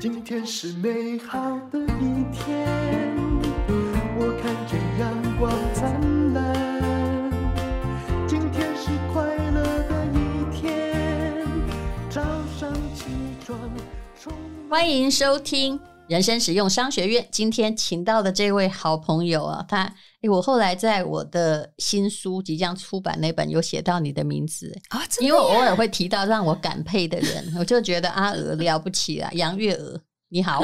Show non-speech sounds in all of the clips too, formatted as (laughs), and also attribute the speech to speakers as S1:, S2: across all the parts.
S1: 今天是美好的一天，我看见阳光灿烂。今天是快乐的一天，早上起床充满
S2: 欢迎收听人生实用商学院。今天请到的这位好朋友啊，他诶我后来在我的新书即将出版那本有写到你的名字，
S3: 啊，真的
S2: 因为我偶尔会提到让我感佩的人，我就觉得阿娥了不起啊，杨月娥。你好，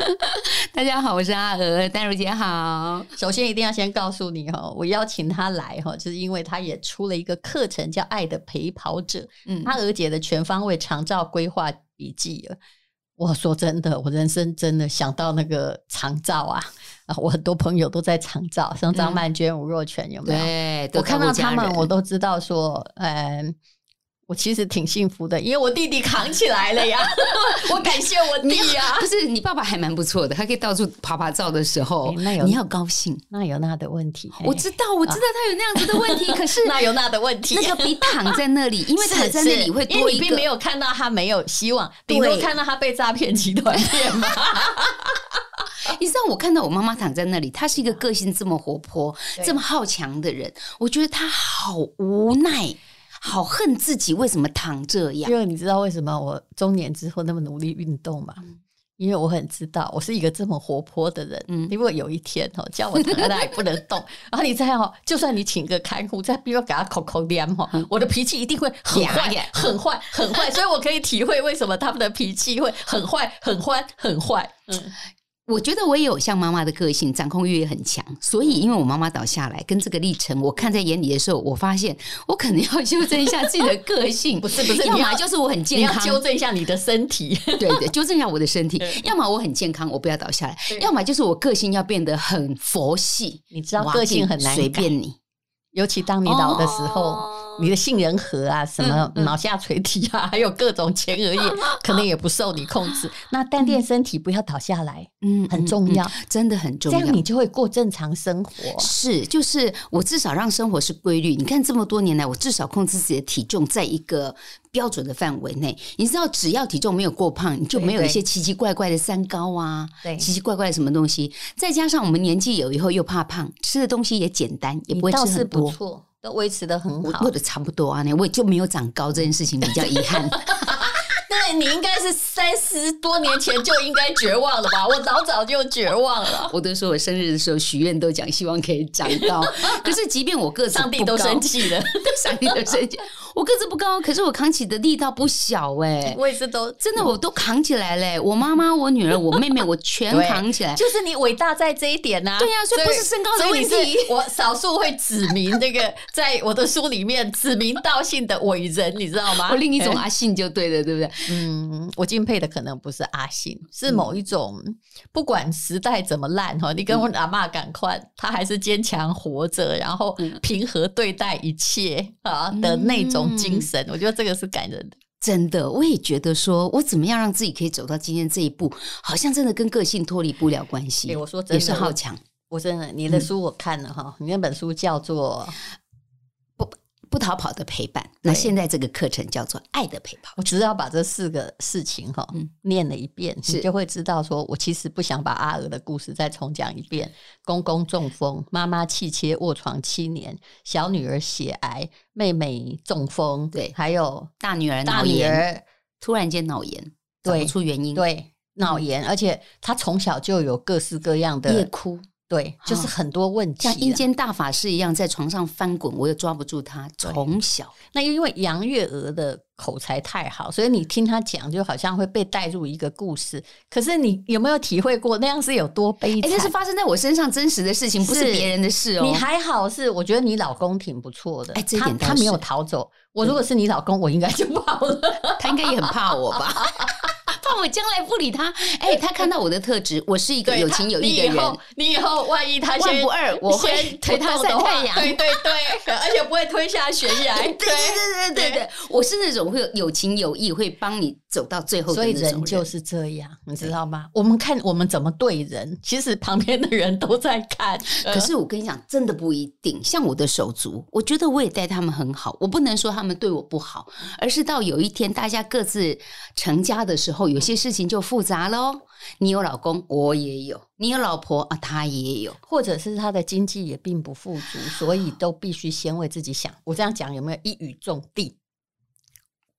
S3: 大家好，我是阿娥，丹如姐好。
S2: 首先一定要先告诉你哈，我邀请她来哈，就是因为她也出了一个课程叫《爱的陪跑者》，
S3: 嗯，
S2: 阿娥姐的全方位长照规划笔记了。我说真的，我人生真的想到那个长照啊，啊，我很多朋友都在长照，像张
S3: 嗯
S2: 曼娟、吴若权有没有？
S3: 对，啊
S2: 我
S3: 多
S2: 看
S3: 照
S2: 到
S3: 顾家
S2: 他们，(laughs)
S3: 人
S2: 我都知道说，嗯，我其实挺幸福的，因为我弟弟扛起来了呀， (laughs) 我感谢我弟呀、
S3: (laughs) 不是你爸爸还蛮不错的，他可以到处爬爬照的时候，
S2: 哎那有
S3: 你要高兴。
S2: 那有那的问题，哎
S3: 我知道，我知道他有那样子的问题，可是
S2: 啊 (laughs) 那有那的问题，
S3: 那个比躺在
S2: (laughs)
S3: 那里，因为
S2: 是
S3: 躺在那
S2: 是
S3: 里会
S2: 因
S3: 多
S2: 为
S3: 一
S2: 你
S3: 个，
S2: 并没有看到他没有希望，顶多
S3: 对
S2: 看到他被诈骗集团 (laughs) 骗嘛。
S3: 你知道，我看到我妈妈躺在那里，她是一个个性这么活泼、这么好强的人，我觉得她好无奈，好恨自己为什么躺这样。
S2: 因为你知道为什么我中年之后那么努力运动嘛？因为我很知道我是一个这么活泼的人，
S3: 嗯
S2: 如果有一天哦叫我躺在那里不能 (laughs) 动，然后你再哦，就算你请个看护，再比如给他口口脸哦，我的脾气一定会很
S3: 呀呀
S2: 坏、很坏、很 (laughs) 坏，所以我可以体会为什么他们的脾气会很坏、很欢、很坏。嗯，
S3: 我觉得我也有像妈妈的个性，掌控欲也很强，所以因为我妈妈倒下来跟这个历程，我看在眼里的时候，我发现我可能要修正一下自己的个性，
S2: (laughs) 不是不是
S3: 要
S2: 你
S3: 么
S2: 要
S3: 就是我很
S2: 你
S3: 健
S2: 要
S3: 康，
S2: 纠正一下你的身体，
S3: 对对，纠正一下我的身体
S2: 对，
S3: 要么我很健康，我不要倒下来
S2: 对，
S3: 要么就是我个性要变得很佛系，
S2: 你知道
S3: 哇
S2: 个性很难
S3: 随
S2: 改
S3: 便你，
S2: 尤其当你老的时候。
S3: 哦
S2: 你的杏仁核啊，什么
S3: 嗯嗯
S2: 脑下垂体啊， (laughs) 还有各种前额叶，可能也不受你控
S3: (laughs)
S2: 制。那单练身体不要倒下来，
S3: 嗯
S2: 很重要
S3: 嗯嗯真的很
S2: 这
S3: 重要
S2: 样。你就会过正常生活。
S3: 是，就是我至少让生活是规律。你看这么多年来，我至少控制自己的体重在一个标准的范围内。你知道，只要体重没有过胖，你就
S2: 对
S3: 没有
S2: 对
S3: 一些奇奇怪怪的三高啊，
S2: 对
S3: 奇奇怪怪的什么东西。再加上我们年纪有以后又怕胖，吃的东西也简单，也
S2: 你
S3: 不会吃
S2: 倒是
S3: 很
S2: 不
S3: 多。
S2: 错，都维持的很
S3: 我
S2: 好
S3: 过。得差不多啊，那我也就没有长高这件事情比较遗 (laughs) 憾。
S2: 那你应该是三十多年前就应该绝望了吧？我早早就绝望
S3: (laughs)
S2: 了，
S3: 我都说我生日的时候许愿都讲希望可以长高，可是即便我个子
S2: 上帝
S3: 不
S2: 都
S3: 高
S2: 生，气
S3: (laughs)
S2: 了。
S3: 对上帝都生气。我个子不高，可是我扛起的力道不小哎、
S2: 我也是都
S3: 真的，我都扛起来嘞！我妈妈、我女儿、我妹妹，我全
S2: 对
S3: 扛起来。
S2: 就是你伟大在这一点呐、
S3: 对呀啊所以不是身高的
S2: 所以
S3: 问题
S2: 你是我少数会指名那个， (laughs) 在我的书里面指名道姓的伟人，你知道吗？
S3: (laughs) 我另一种
S2: 哎
S3: 阿信就对了，对不对？
S2: 嗯，我敬佩的可能不是阿信，是某一种、不管时代怎么烂
S3: 嗯
S2: 哈，你跟我阿嬷赶快，她还是坚强活着，然后
S3: 嗯
S2: 平和对待一切啊的那种精神，我觉得这个是感人的。
S3: 真的，我也觉得说，我怎么样让自己可以走到今天这一步，好像真的跟个性脱离不了关系。
S2: 哎我说真的
S3: 也是好强，
S2: 我真的，你的书我看了哈，你那本书叫做
S3: 不逃跑的陪伴。那现在这个课程叫做《爱的陪跑
S2: 我只要把这四个事情哈、
S3: 嗯
S2: 念了一遍，
S3: 是
S2: 你就会知道说，我其实不想把阿娥的故事再重讲一遍。公公中风，妈妈气切卧床七年，小女儿血癌，妹妹中风，
S3: 对
S2: 还有》，
S3: 大女儿
S2: 大
S3: 脑
S2: 女
S3: 炎，嗯
S2: 儿
S3: 突然间脑炎，找
S2: 对
S3: 不出原因，，
S2: 对脑炎，而且她从小就有各式各样
S3: 夜
S2: 的，
S3: 哭，
S2: 对，就是很多问题啊。
S3: 像阴间大法师一样在床上翻滚，我又抓不住他。从小，
S2: 那因为杨月娥的口才太好，所以你听她讲，就好像会被带入一个故事。可是你有没有体会过那样是有多悲
S3: 哎，
S2: 惨？
S3: 这是发生在我身上真实的事情，不
S2: 是
S3: 是别人的事哦。
S2: 你还好是，我觉得你老公挺不错的，
S3: 哎这一点
S2: 他
S3: 倒
S2: 他没有
S3: 是
S2: 逃走。我如果是你老公，我应该就跑了。
S3: 他应该也很怕我吧？怕我将来不理他。哎、他看到我的特质，我是一个有情有义的
S2: 你以
S3: 人
S2: 后。，你以后万一他
S3: 万
S2: 先
S3: 不二，我会
S2: 先
S3: 推他
S2: 不动
S3: 晒
S2: 的话
S3: 太阳。
S2: 对对对，而且不会推下悬崖。
S3: 对对对对对，我是那种会有有情有义，会帮你走到最后的
S2: 所以
S3: 那种
S2: 人就是这样，你知道吗？我们看我们怎么对人，其实旁边的人都在看。
S3: 可是我跟你讲，真的不一定。像我的手足，我觉得我也待他们很好，我不能说他们对我不好，而是到有一天大家各自成家的时候，有有些事情就复杂喽。你有老公，我也有；你有老婆啊，他也有。
S2: 或者是他的经济也并不富足，所以都必须先为自己想。我这样讲有没有一语中的？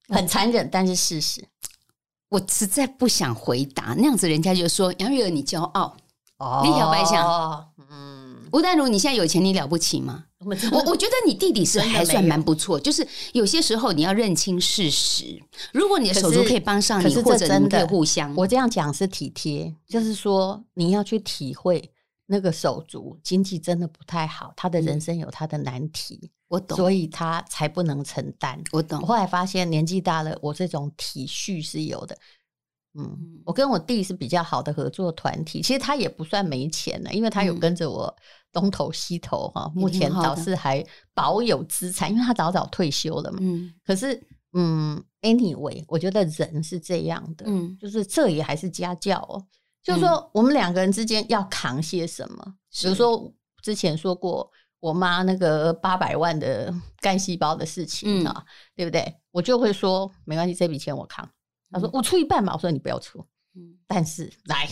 S2: 很残忍，但是事实。
S3: 我实在不想回答，那样子人家就说杨玉儿你骄傲。
S2: 哦
S3: 你小白想
S2: 嗯，
S3: 吴淡如，你现在有钱，你了不起 (laughs) 吗？
S2: 我们
S3: 我我觉得你弟弟是
S2: 真的
S3: 还算
S2: 没有
S3: 蛮不错，就是有些时候你要认清事实。如果你的手足
S2: 可是
S3: 可以帮上
S2: 可
S3: 你，
S2: 是
S3: 或
S2: 这
S3: 者你们
S2: 真的
S3: 可以互相，
S2: 我这样讲是体贴，就是说你要去体会那个手足经济真的不太好，他的人生有他的难题，
S3: 我懂，
S2: 所以他才不能承担。
S3: 我
S2: 我
S3: 懂。
S2: 后来发现年纪大了，我这种体恤是有的。嗯
S3: 嗯，
S2: 我跟我弟是比较好的合作团体，其实他也不算没钱呢，因为他有
S3: 嗯
S2: 跟着我东投西投哈、
S3: 也
S2: 目
S3: 挺
S2: 前
S3: 好
S2: 倒
S3: 的
S2: 是还保有资产，因为他早早退休了嘛。
S3: 嗯
S2: 可是，嗯，anyway，我觉得人是这样的，
S3: 嗯，
S2: 就是这也还是家教哦。就是说，我们两个人之间要扛些什么？比如
S3: 是
S2: 说，之前说过我妈那个八百万的 (laughs) 干细胞的事
S3: 嗯
S2: 情啊，对不对？我就会说没关系，这笔钱我扛。她说
S3: 嗯
S2: 我出一半吧，我说你不要出，
S3: 嗯
S2: 但是来，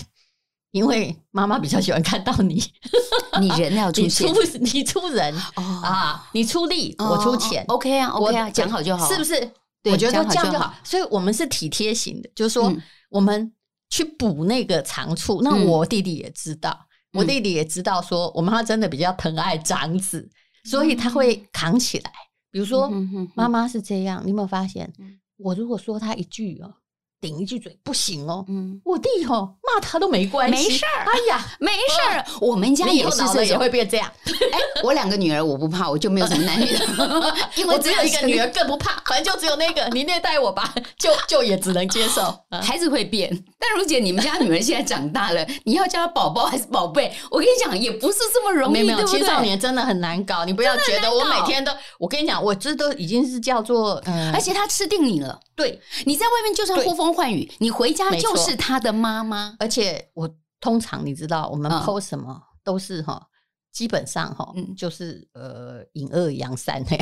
S2: 因为妈妈比较喜欢看到你， (laughs)
S3: 嗯 (laughs) 你人要出
S2: 你
S3: 现
S2: 出你出人
S3: 哦，
S2: 啊，你出力，
S3: 哦
S2: 我出钱
S3: 哦，OK 啊
S2: 我
S3: ，OK 啊，讲好就好，
S2: 是不？是？
S3: 对
S2: 我觉得
S3: 讲好
S2: 这样
S3: 就
S2: 就好
S3: 好。
S2: 所以我们是体贴型的，就是说
S3: 嗯
S2: 我们去补那个长处。那
S3: 嗯
S2: 我弟弟也知道，我
S3: 嗯
S2: 弟弟也知道说我妈真的比较疼爱长子，所以他会扛起来。比如说，
S3: 嗯哼
S2: 妈，妈是这样，你有没有发现
S3: 嗯？
S2: 我如果说他一句哦，顶一句嘴不行哦，
S3: 嗯，
S2: 我弟哦骂他都没关系，
S3: 没事儿
S2: 哎呀，
S3: 没事儿，我们家
S2: 你以
S3: 也
S2: 后
S3: 是
S2: 脑
S3: 这
S2: 袋也
S3: 种。
S2: 会变这样。
S3: 哎，我两个女儿我不怕，我就没有什么男女的，
S2: (laughs)
S3: 因为
S2: 我只有一个女儿，更不怕，反正就只有那个，你虐待我吧，就就也只能接受。啊
S3: 孩子会变，但如姐，你们家女儿现在长大了，你要叫她宝宝还是宝贝？我跟你讲，也不是这么
S2: 啊
S3: 容易，
S2: 没有没有，
S3: 对不对
S2: 青少年真的很难搞，你不要觉得我
S3: 难
S2: 每
S3: 搞哎
S2: 天都，我跟你讲，我这都已经是叫做，嗯、
S3: 而且她吃定你了。
S2: 对，
S3: 你在外面就算呼风唤雨，你回家
S2: 没错
S3: 就是她的
S2: (laughs)
S3: 妈妈。
S2: 而且我通常你知道，我们
S3: 嗯
S2: PO 什么、都是哈，基本上哈，
S3: 嗯
S2: 就是呃引恶扬善嘿，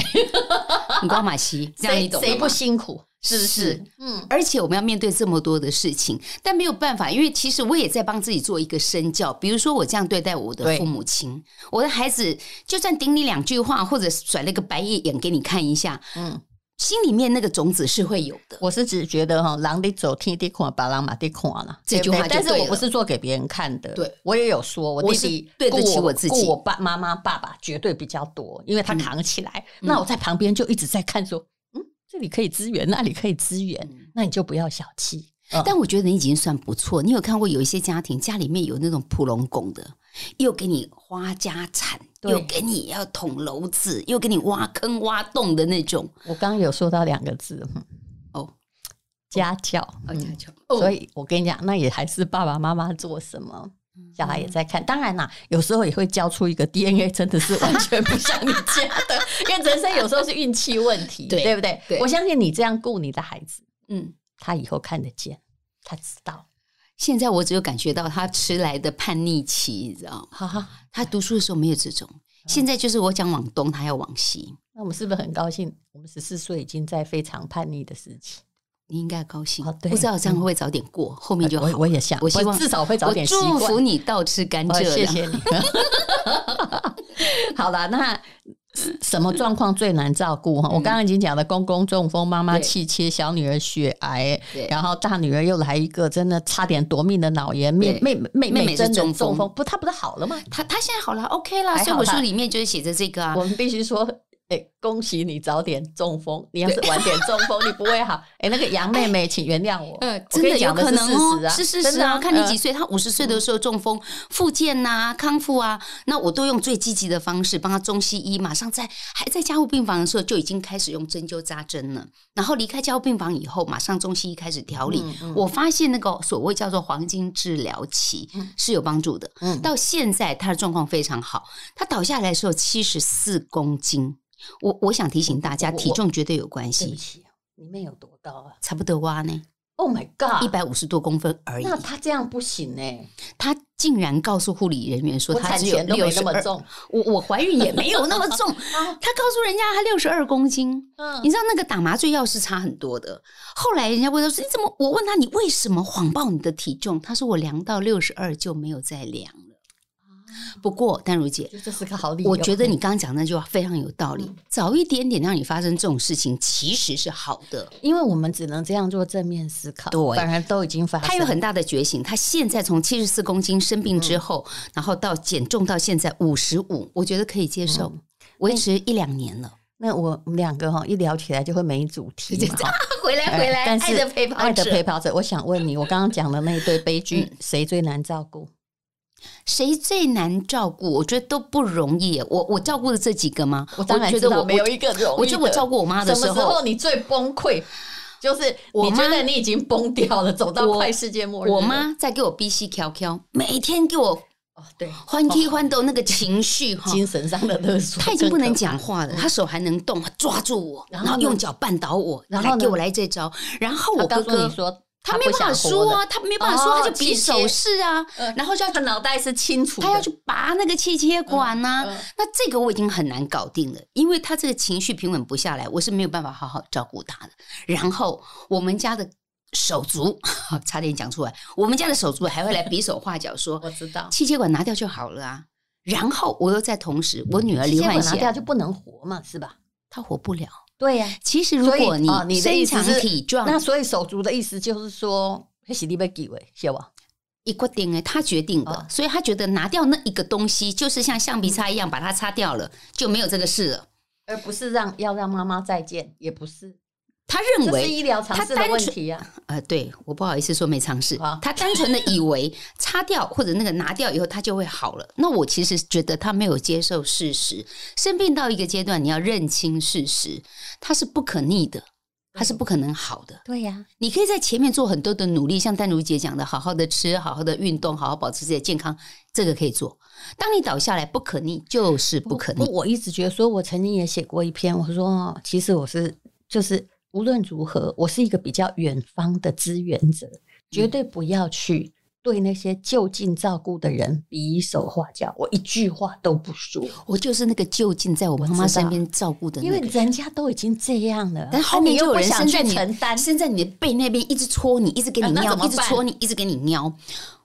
S3: 你光马奇，这样你
S2: 谁
S3: 懂了
S2: 谁
S3: 吗
S2: 不辛苦，是不是？
S3: 是
S2: 嗯，
S3: 而且我们要面对这么多的事情，但没有办法，因为其实我也在帮自己做一个身教。比如说，我这样对待我的
S2: 对
S3: 父母亲，我的孩子就算顶你两句话，或者甩了个白眼眼给你看一下，
S2: 嗯
S3: 嗯，心里面那个种子是会有的。
S2: 我是只觉得哈，狼得走，天得看，把狼马得看了，
S3: 这句话
S2: 对不对但
S3: 就是对
S2: 我
S3: 了
S2: 不是做给别人看的，
S3: 对，
S2: 我也有说，我
S3: 我
S2: 弟
S3: 是
S2: 弟
S3: 对得
S2: 顾
S3: 起
S2: 我
S3: 我自
S2: 顾
S3: 己嗯
S2: 我爸妈妈爸爸绝对比较多，因为他扛起来，那我在旁边就一直在看说，嗯，这里可以支援，那里可以支援，
S3: 嗯
S2: 那你就不要小气，嗯
S3: 但我觉得你已经算不错。你有看过有一些家庭，家里面有那种普龙拱的，又给你花家产，
S2: 对
S3: 又给你要捅娄子，又给你挖坑挖洞的那种。
S2: 我刚刚有说到两个字，嗯
S3: 哦，
S2: 家教，
S3: 哦，
S2: 嗯
S3: 就
S2: 所以我跟你讲，那也还是爸爸妈妈做什么。小孩也在看，当然啦，有时候也会教出一个 DNA 真的是完全不像你家 (laughs) 的，因为人生有时候是运气问题，
S3: 对
S2: 不对？
S3: 对
S2: 我相信你这样顾你的孩子，
S3: 嗯。
S2: 他以后看得见，他知道，
S3: 现在我只有感觉到他迟来的叛逆期，你知道吗？
S2: 哈哈。
S3: 他读书的时候没有这种，现在就是我讲往东，他要往西。
S2: 那我们是不是很高兴？我们十四岁已经在非常叛逆的时期，
S3: 你应该高兴，
S2: 哦对
S3: 不知道这样会不会早点过，后面就好。
S2: 我我也想，
S3: 嗯我希望
S2: 至少会早点习惯。
S3: 我祝福你倒吃甘
S2: 哦
S3: 蔗。
S2: 谢谢你。 (laughs) 好了，那什么状况最难照顾哈？我刚刚已经讲了，公公中风，妈妈
S3: 嗯对
S2: 气切，小女儿血癌
S3: 对，
S2: 然后大女儿又来一个真的差点夺命的脑炎，妹
S3: 对
S2: 妹妹
S3: 妹
S2: 妹
S3: 妹
S2: 真的
S3: 是中风
S2: 中风，不，她不是好了吗？
S3: 他他现在好了，OK
S2: 还
S3: 啦。
S2: 好
S3: 所以我
S2: 他
S3: 书里面就是写着这个啊
S2: 我。们必须说。哎、恭喜你早点中风！你要是晚点中风，你不会
S3: (laughs)
S2: 好。哎、那个杨妹妹，请原谅我。
S3: 呃，
S2: 我
S3: 真
S2: 跟
S3: 的
S2: 你
S3: 有
S2: 讲
S3: 可
S2: 是
S3: 能哦
S2: 事实，啊，
S3: 是事
S2: 真
S3: 实
S2: 的
S3: 啊。看你
S2: 呃嗯
S3: 几岁，他五十岁的时候中风、复健呐、康复啊，那我都用最积极的方式帮他中西医，马上在还在加护病房的时候就已经开始用针灸扎针了。然后离开加护病房以后，马上中西医开始调理。
S2: 嗯嗯
S3: 我发现那个所谓叫做黄金治疗期
S2: 嗯
S3: 是有帮助的。
S2: 嗯
S3: 到现在他的状况非常好，他倒下来的时候七十四公斤。我我想提醒大家，
S2: 我我
S3: 体重绝对有关
S2: 对不
S3: 系，
S2: 起，你妹有多高啊
S3: 差不多哇呢，
S2: ？Oh my god！
S3: 一百五十多公分而已。
S2: 那他这样不行呢、欸
S3: 他竟然告诉护理人员说
S2: 我
S3: 她
S2: 产
S3: 只有
S2: 前都没
S3: 六
S2: 那
S3: 十
S2: 么
S3: 二，
S2: 重，
S3: 我我怀孕也没有那么重。
S2: 啊
S3: 她告诉人家她六十二公斤，
S2: 嗯
S3: 你知道那个打麻醉药是差很多的。后来人家问他说：“你怎么？”我问他：“你为什么谎报你的体重？”他说：“我量到六十二就没有再量了。”不过，丹如姐，
S2: 哦就这是个好理由。嗯
S3: 我觉得你刚刚讲那句话非常有道理。早一点点让你发生这种事情，其实是好的。
S2: 因为我们只能这样做正面思考，
S3: 对
S2: 反而都已经发生。
S3: 他有很大的觉醒，他现在从七十四公斤生病之后，
S2: 嗯
S3: 然后到减重到现在五十五，我觉得可以接受，
S2: 嗯
S3: 维持一两年了。
S2: 那我们两个哈一聊起来就会没主题嘛，哈 (laughs) 哎
S3: 回来回来，
S2: 但是
S3: 爱的陪
S2: 爱
S3: 跑
S2: 的陪
S3: 者，
S2: 跑者，我嗯想问你，我刚刚讲的那一对悲剧，谁最难照顾？
S3: 谁最难照顾？我觉得都不容易。我我照顾的这几个吗？
S2: 我当然
S3: 觉
S2: 知
S3: 得
S2: 道
S3: 我
S2: 没有一个容易的
S3: 我觉得我照顾我妈的
S2: 什么时候你最崩溃？就是
S3: 我
S2: 你
S3: 妈
S2: 觉得你已经崩掉了，走到
S3: 我
S2: 快世界末日了。
S3: 我妈在给我逼逼敲敲，每天给我
S2: 哦，对，
S3: 欢踢欢斗那个情绪哈。
S2: 精神上的勒索，
S3: 她已经不能
S2: 更可
S3: 讲话了，她手还能动，抓住我，
S2: 然
S3: 然
S2: 后呢
S3: 后用脚绊倒我，
S2: 然
S3: 然
S2: 后呢
S3: 后给我来这招。然后
S2: 怕。
S3: 我
S2: 我告
S3: 哥
S2: 诉
S3: 哥
S2: 你说，
S3: 他没
S2: 不
S3: 办法
S2: 想
S3: 说
S2: 说
S3: 啊，他没办法说，
S2: 哦
S3: 他就比
S2: 切切
S3: 手势啊，
S2: 呃
S3: 然后就要
S2: 他脑袋是清楚的，
S3: 他要去拔那个气切管呐、
S2: 嗯嗯
S3: 那这个我已经很难搞定了，因为他这个情绪平稳不下来，我是没有办法好好照顾他的。然后我们家的手足， (laughs) 差点讲出来，我们家的手足还会来比手画脚
S2: (laughs)
S3: 说
S2: 我知道，
S3: 气切管拿掉就好了啊。然后我又在同时，我女儿罹患
S2: 血管拿掉
S3: 险，
S2: 就不能活嘛，是吧？
S3: 她活不了。
S2: 对呀、
S3: 其实如果
S2: 所以哦你的意
S3: 身
S2: 思是
S3: 强体壮，
S2: 那所以手足的意思就是说，那是你被给为谢王，
S3: 一个定哎，他决定的，
S2: 哦
S3: 所以他觉得拿掉那一个东西，就是像橡皮擦一样把它擦掉了，就没有这个事了。
S2: 而不是让要让妈妈再见，也不是，
S3: 他认
S2: 这是
S3: 为，
S2: 医疗常识的问题呀、啊。
S3: 呃，对我不好意思说没尝试
S2: 啊，
S3: 他单纯的以为 (laughs) 擦掉或者那个拿掉以后他就会好了。那我其实觉得他没有接受事实，生病到一个阶段，你要认清事实，它是不可逆的，它是不可能好的。
S2: 对呀、
S3: 你可以在前面做很多的努力，像丹如姐讲的，好好的吃，好好的运动，好好保持自己的健康，这个可以做。当你倒下来不可逆，就是不可逆。
S2: 我一直觉得说，我曾经也写过一篇，我说哦其实我是就是无论如何，我是一个比较远方的支援者，绝对不要去。对那些就近照顾的人比手画脚，我一句话都不说，
S3: 我就是那个就近在我妈妈身边照顾的那
S2: 因
S3: 个
S2: 为
S3: 人，
S2: 人家都已经这样了，
S3: 但后面
S2: 你又
S3: 就有
S2: 不
S3: 人
S2: 想
S3: 伸在
S2: 去
S3: 你
S2: 承担，
S3: 伸在你的背那边，一直戳你，一直给你
S2: 啊那
S3: 尿
S2: 怎，么
S3: 一直
S2: 办
S3: 戳你，一直给你尿。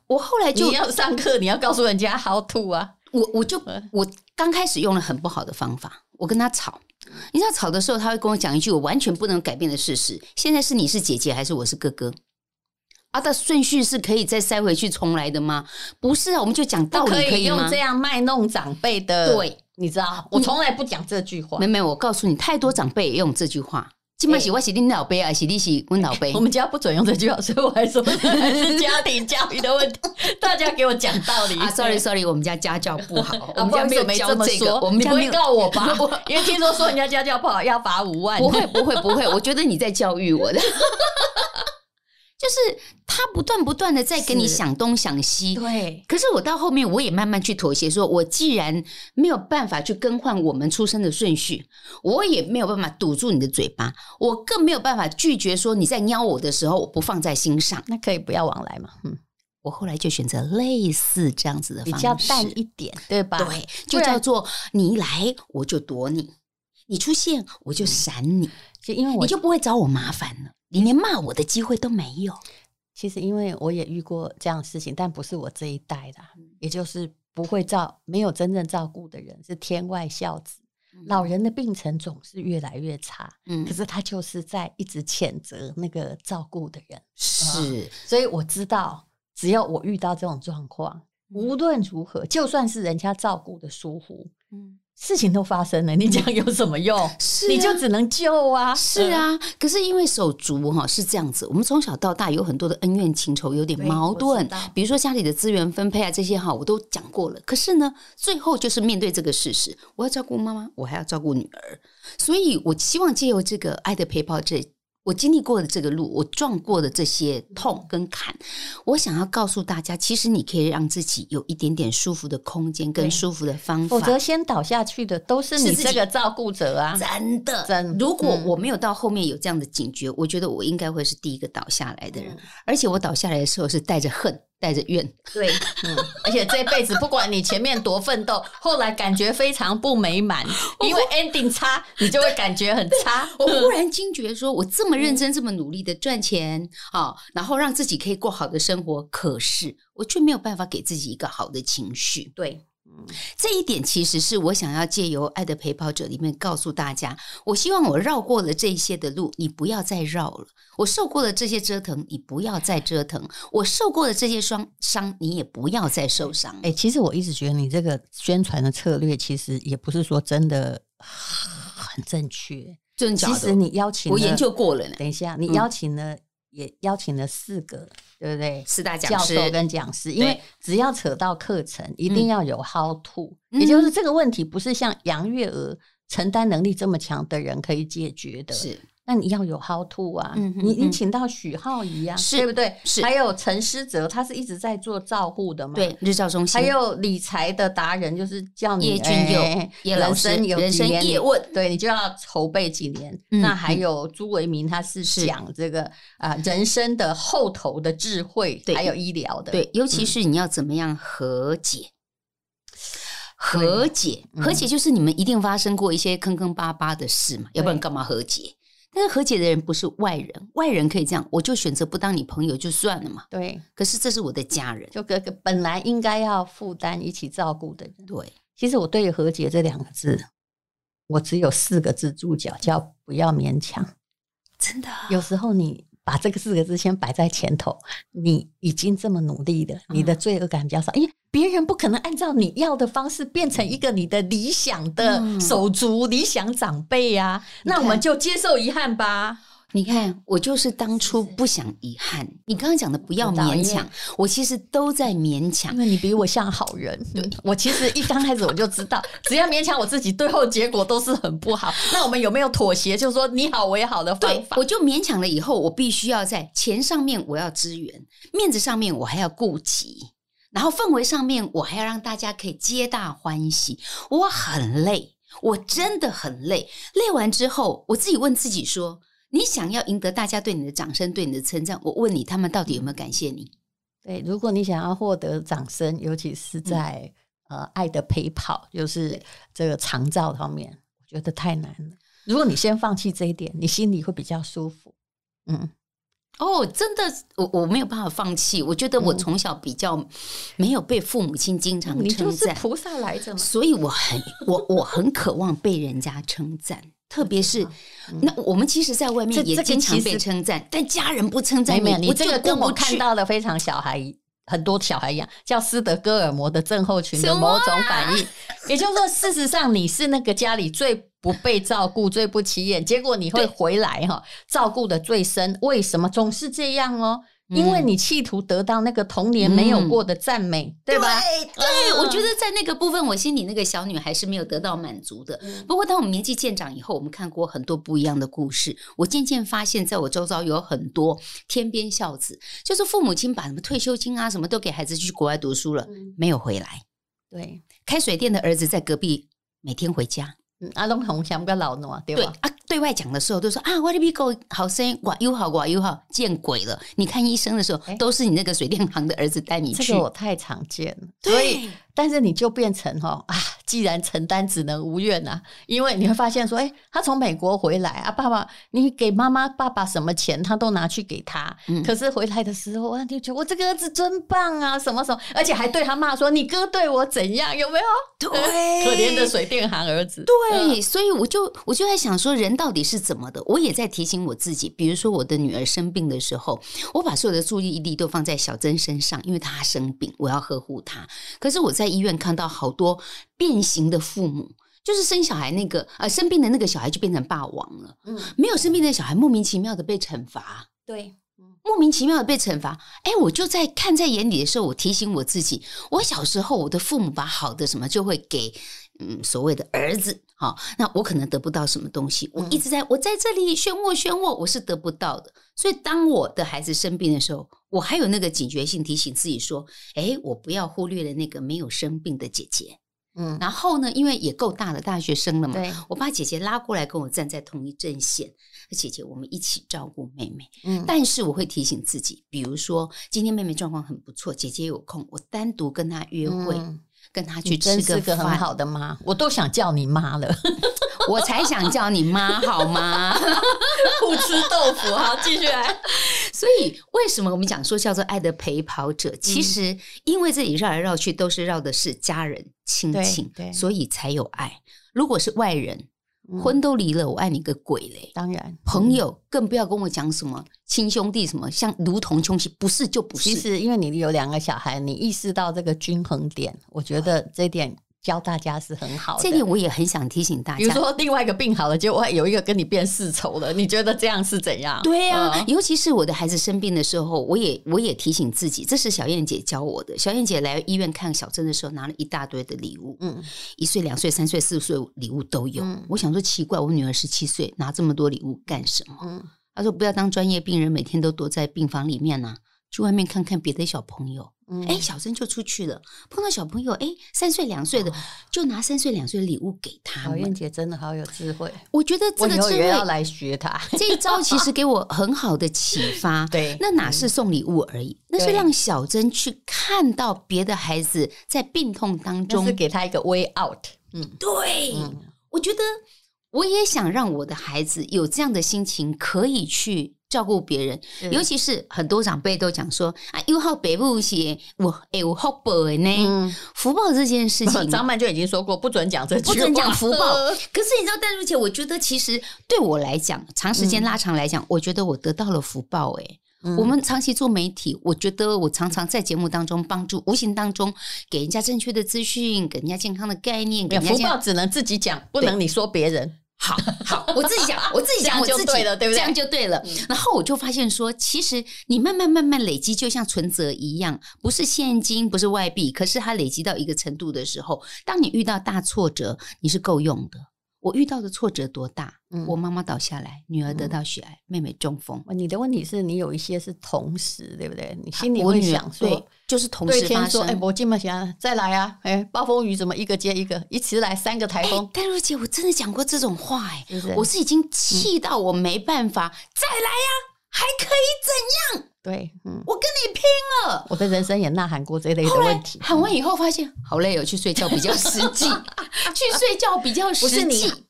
S3: 我后来就
S2: 你要上课，你要告诉人家 how to 啊。
S3: 我我就
S2: 嗯
S3: 我刚开始用了很不好的方法，我跟他吵。你知道吵的时候，他会跟我讲一句我完全不能改变的事实：现在是你是姐姐还是我是哥哥？啊，的顺序是可以再塞回去重来的吗？不是啊，我们就讲道
S2: 不
S3: 理
S2: 可
S3: 可
S2: 以嗯
S3: 以
S2: 用
S3: 吗
S2: 这？样卖弄长辈的，
S3: 对，
S2: 你知道，我从来不讲这句话
S3: 没。没，我告诉你，太多长辈也用这句
S2: 哎
S3: 话。今晚是我是你老辈，还是你是我老
S2: (laughs)
S3: 辈
S2: 我？们家不准用这句话，所以我还说 (laughs) 是家庭教育的问题。大家给我讲道理
S3: 啊，sorry sorry，我们家家教不 (laughs) 好，我
S2: 啊，
S3: 们
S2: 不好
S3: 家
S2: 意
S3: 没
S2: 思，
S3: 有
S2: 我没这
S3: 教
S2: 么
S3: 这个，
S2: 说，
S3: 我们
S2: 你
S3: 家
S2: 不
S3: 没
S2: 会
S3: 有
S2: 告 (laughs) 我吧？因为听说说人家家教不好要罚五万，
S3: 不会，不会，不会，我觉得你在教育我的。 (laughs) 就是他不断不断的在跟你
S2: 是
S3: 想东想
S2: (laughs)
S3: 西，
S2: 对，
S3: 可是我到后面我也慢慢去妥协，说我既然没有办法去更换我们出生的顺序，我也没有办法堵住你的嘴巴，我更没有办法拒绝说你在撩我的时候我不放在心上。
S2: 那可以不要往来嘛，嗯，
S3: 我后来就选择类似这样子的
S2: 比
S3: 方式，
S2: 较淡一点，对吧？
S3: 对，就叫做你来我就躲你，你出现我就闪你。
S2: 就因为嗯我
S3: 你就不会找我麻烦了，你连骂我的机会都没有。
S2: 其实因为我也遇过这样的事情，但不是我这一代的啊，也就是不会照没有真正照顾的人是天外孝子。老人的病程总是越来越差，
S3: 嗯
S2: 可，是他就是在一直谴责那个照顾的人，
S3: 是
S2: 所以我知道，只要我遇到这种状况，无论如何，就算是人家照顾的疏忽，
S3: 嗯
S2: 事情都发生了，你讲有什么用？
S3: (laughs) 是啊
S2: 你就只能救啊！
S3: 是啊。可是因为手足哈是这样子，我们从小到大有很多的恩怨情仇，有点
S2: 对
S3: 矛
S2: 我知
S3: 盾
S2: 道。
S3: 比如说家里的资源分配啊这些哈，我都讲过了。可是呢，最后就是面对这个事实，我要照顾妈妈，我还要照顾女儿，所以我希望借由这个爱的陪伴这。我经历过的这个路，我撞过的这些痛跟坎，我想要告诉大家，其实你可以让自己有一点点舒服的空间
S2: 对
S3: 跟舒服的方法，
S2: 否则先倒下去的都是你
S3: 是自己
S2: 这个照顾者啊！
S3: 真的，
S2: 真
S3: 如果
S2: 嗯
S3: 我没有到后面有
S2: 嗯
S3: 这样的警觉，我觉得我应该会是第一个倒下来的人，而且我倒下来的时候是带着恨，带着怨。
S2: 对，嗯，而且这辈子不管你前面多奋斗，后来感觉非常不美
S3: (laughs)
S2: 满，因为 ending 差，你就会感觉很差。
S3: 我忽然惊觉说，我这么
S2: 嗯
S3: 认真、这么努力的赚钱啊、然后让自己可以过好的生活，可是我却没有办法给自己一个好的情绪。
S2: 对，
S3: 这一点其实是我想要借由《爱的陪跑者》里面告诉大家，我希望我绕过了这些的路，你不要再绕了；我受过了这些折腾，你不要再折腾；我受过了这些伤伤，你也不要再受伤。
S2: 哎、其实我一直觉得你这个宣传的策略，其实也不是说真的很正确。
S3: 真的假
S2: 其实
S3: 的？
S2: 你邀请，
S3: 我研究，过了呢，
S2: 等一下，
S3: 嗯
S2: 你邀请了，也邀请了四个，对不对？
S3: 四大
S2: 教
S3: 讲师
S2: 授跟讲师，因为
S3: 对
S2: 只要扯到课程，一定
S3: 嗯
S2: 要有 how to，、
S3: 嗯
S2: 也就是这个问题不是像杨月娥承担能力这么强的人可以解决的。，
S3: 是
S2: 那你要有 how to 啊，
S3: 嗯哼
S2: 你你
S3: 嗯
S2: 请到许浩仪啊，
S3: 是
S2: 对不对？
S3: 是
S2: 还有陈思哲，他是一直在做照护的嘛，
S3: 对日照中心
S2: 还有理财的达人，就是叫你
S3: 叶俊佑
S2: 哎
S3: 叶老
S2: 人
S3: 师
S2: 生有
S3: 人
S2: 几
S3: 生
S2: 年
S3: 叶
S2: 你
S3: 问
S2: 对你就要筹备几年。
S3: 嗯
S2: 那还
S3: 嗯
S2: 有朱维明，他是
S3: 是
S2: 讲这个啊、人生的后头的智慧，
S3: 对
S2: 还有医疗的。，
S3: 对，尤嗯其是你要怎么样和解。和解，
S2: 嗯
S3: 和解就是你们一定发生过一些坑坑巴巴的事嘛，要不然
S2: 对
S3: 干嘛和解？但是和解的人不是外人，外人可以这样，我就选择不当你朋友就算了嘛。
S2: 对，
S3: 可是这是我的家人，
S2: 就个个本来应该要负担一起照顾的人。
S3: 对，
S2: 其实我对“和解”这两个字，我只有四个字注脚，叫不要勉强。
S3: 真的啊，
S2: 有时候你把这个四个字先摆在前头，你已经这么努力了，你的
S3: 嗯
S2: 罪恶感比较少，因为别人不可能按照你要的方式变成一个你的理想的
S3: 嗯
S2: 手足、理想长辈呀、啊。
S3: 你
S2: 那
S3: 看
S2: 我们就接受遗憾吧。
S3: 你看，我就是当初不想遗憾。你刚刚讲的不要
S2: 知道
S3: 勉
S2: 因为
S3: 强，我其实都在勉强
S2: 因。为你比我像好人，
S3: 嗯
S2: 对我其实一刚开始我就知道，只要勉强我自己，最后结果都是很不好。那我们有没有妥协？就是说你好我也好的方
S3: 对，
S2: 法。
S3: 我就勉强了。以后我必须要在钱上面我要支援，面子上面我还要顾及，然后氛围上面我还要让大家可以皆大欢喜。我很累，我真的很累。累完之后，我自己问自己说：你想要赢得大家对你的掌声、对你的称赞，我问你，他们到底有没有感谢你？
S2: 对，如果你想要获得掌声，尤其是在、呃爱的陪跑，就是这个长照方面，我觉得太难了。如果你先放弃这一点，你心里会比较舒服。嗯，
S3: 哦，真的，我我没有办法放弃。我觉得我
S2: 嗯
S3: 从小比较没有被父母亲经常
S2: 你就
S3: 称
S2: 是
S3: 赞，
S2: 菩萨来着嘛。
S3: 所以我很 (laughs) 我我很渴望被人家称赞，特别是
S2: 嗯
S3: 那我们其实，在外
S2: 这
S3: 面也
S2: 这个
S3: 经常
S2: 其实
S3: 被称赞，但家人不称
S2: 没
S3: 赞
S2: 有没有，
S3: 你，
S2: 你
S3: 我
S2: 这
S3: 就
S2: 个
S3: 过
S2: 跟我
S3: 不
S2: 看
S3: 去。
S2: 到的非常小孩。很多小孩一样，叫斯德哥尔摩的症候群的
S3: 啊
S2: 某种反应，也就是说，事实上你是那个家里最不被照顾、最不起眼，结果你会
S3: 对
S2: 回来哈，照顾的最深。为什么总是这样哦？因为
S3: 嗯
S2: 你企图得到那个童年没有过的赞美，对吧？
S3: 对，
S2: 嗯
S3: 我觉得在那个部分，我心里那个小女孩是没有得到满足的。
S2: 嗯
S3: 不过，当我们年纪渐长以后，我们看过很多不一样的故事。我渐渐发现，在我周遭有很多天边孝子，就是父母亲把什么退休金啊，什么都给孩子去国外读书了，
S2: 嗯
S3: 没有回来。
S2: 对，
S3: 开水电的儿子在隔壁每天回家，
S2: 嗯阿龙红想不老诺，对
S3: 对
S2: 吧？
S3: 啊，对外讲的时候都说啊，我的鼻狗好声，哇又好哇又好，见鬼了！你看医生的时候，
S2: 哎
S3: 都是你那个水电行的儿子带你去
S2: 这个，我太常见了，所以
S3: 对，
S2: 但是你就变成哈、啊，既然承担只能无怨啊，因为你会发现说，哎、他从美国回来啊，爸爸，你给妈妈、爸爸什么钱，他都拿去给他。
S3: 嗯
S2: 可是回来的时候，啊，你就觉得我这个儿子真棒啊，什么什么，而且还对他骂说你哥对我怎样，有没有？
S3: 对，
S2: (laughs) 可怜的水电行儿子。
S3: 对，所以我就我就在想说，人到底是怎么的？我也在提醒我自己，比如说我的女儿生病的时候，我把所有的注意力都放在小珍身上，因为她生病，我要呵护她。可是我在医院看到好多变形的父母。就是生小孩那个呃生病的那个小孩就变成霸王了，
S2: 嗯，
S3: 没有生病的小孩莫名其妙的被惩罚，
S2: 对，
S3: 莫名其妙的被惩罚。哎，我就在看在眼里的时候，我提醒我自己，我小时候我的父母把好的什么就会给。嗯，所谓的儿子，好、那我可能得不到什么东西，我
S2: 嗯
S3: 一直在、我在这里漩涡漩涡，我是得不到的。所以当我的孩子生病的时候，我还有那个警觉性提醒自己说，哎，我不要忽略了那个没有生病的姐姐，
S2: 嗯，
S3: 然后呢，因为也够大了，大学生了嘛，
S2: 对，
S3: 我把姐姐拉过来跟我站在同一阵线，姐姐我们一起照顾妹妹。
S2: 嗯，
S3: 但是我会提醒自己，比如说今天妹妹状况很不错，姐姐有空，我单独跟她约会，
S2: 嗯
S3: 跟她去
S2: 你
S3: 吃
S2: 真是个
S3: 饭。
S2: 很好的妈，我都想叫你妈了。
S3: 我才想叫你妈好
S2: (laughs)
S3: 吗？
S2: 不吃豆腐，好，继续来。
S3: (laughs) 所以为什么我们讲说叫做爱的陪跑者？其实
S2: 嗯
S3: 因为这里绕来绕去都是绕的是家人亲情
S2: 对对，嗯
S3: 所以才有爱。如果是外人，
S2: 婚
S3: 婚都离了，我爱你个鬼嘞！
S2: 当然，
S3: 朋友更不要跟我讲什么亲兄弟什么，像如同兄弟，不是就不
S2: 其
S3: 是。
S2: 实因为你有两个小孩，你意识到这个均衡点，我觉得这一点教大家是很好的。
S3: 这点我也很想提醒大
S2: 比如
S3: 家。
S2: 说 (laughs) 另外一个病好了，结果有一个跟你变世仇了，你觉得这样是怎样？
S3: 对呀、哎
S2: 嗯
S3: 尤其是我的孩子生病的时候，我也我也提醒自己，这是小燕姐教我的。小燕姐来医院看小珍的时候，拿了一大堆的礼物，
S2: 嗯，
S3: 一岁、两岁、三岁、四岁礼物都有。
S2: 嗯
S3: 我想说奇怪，我女儿十七岁拿这么多礼物干什么？
S2: 嗯
S3: 她说不要当专业病人，每天都躲在病房里面呐、啊去外面看看别的小朋友。
S2: 嗯，
S3: 哎、小珍就出去了，碰到小朋友，哎，三岁两
S2: 哦
S3: 岁的，就拿三岁两岁的礼物给他
S2: 小
S3: 们
S2: 燕。姐真的好有智慧，
S3: 我觉得这
S2: 我
S3: 个
S2: 以后
S3: 智
S2: 也要
S3: 慧，
S2: 来学 (laughs) 她。
S3: 这一招其实给我很好的启发。
S2: (laughs) 对嗯
S3: 那哪是送礼物而已，那是
S2: 对
S3: 让小珍去看到别的孩子在病痛当
S2: 就
S3: 中
S2: 是。给她一个 way out。嗯
S3: 对，
S2: 嗯，
S3: 我觉得我也想让我的孩子有这样的心情，可以去照顾别人。
S2: 嗯
S3: 尤其是很多长辈都讲说啊，又好北部写我哎我好本呢，
S2: 嗯，
S3: 福报这件事
S2: (laughs)
S3: 情。
S2: 张曼就已经说过，不准讲这句
S3: 不
S2: 话，
S3: 准讲福报，可是你知道，戴茹姐，我觉得其实对我来讲，长时间拉长来讲，我觉得我得到了福报、欸。
S2: 嗯
S3: 我们长期做媒体，我觉得我常常在节目当中帮助，无形当中给人家正确的资讯，给人家健康的概念，给
S2: 没有福
S3: 人家健
S2: 报只能自己讲，不能你说别人。
S3: 好好，
S2: (laughs)
S3: 我自己讲，我自己讲，
S2: 这样就
S3: 我自己
S2: 对了对不对嗯
S3: 这样就对了。然后我就发现说，其实你慢慢慢慢累积，就像存折一样，不是现金，不是外币，可是它累积到一个程度的时候，当你遇到大挫折，你是够用的。我遇到的挫折多大？
S2: 嗯
S3: 我妈妈倒下来，女儿得到血癌，妹妹中风。
S2: 你的问题是你有一些是同时，对不对？你心里
S3: 我
S2: 会
S3: 女儿
S2: 想
S3: 对
S2: 说，
S3: 就是同
S2: 对
S3: 时
S2: 天
S3: 发
S2: 说，
S3: 生。
S2: 哎，我进门想再来啊，哎，暴风雨怎么一个接一个，一起来三个台风，
S3: 哎戴茹姐，我真的讲过这种话哎、
S2: 是不是
S3: 我是已经气到我没办法，再来呀、还可以怎样？
S2: 对，嗯，
S3: 我跟你拼了！
S2: 我的人生也呐喊过这类的问题。
S3: 喊完以后发现好累哦，去睡觉比较实
S2: (laughs)
S3: 际，去睡觉比较
S2: 不是
S3: 实
S2: 你
S3: 际。
S2: (laughs)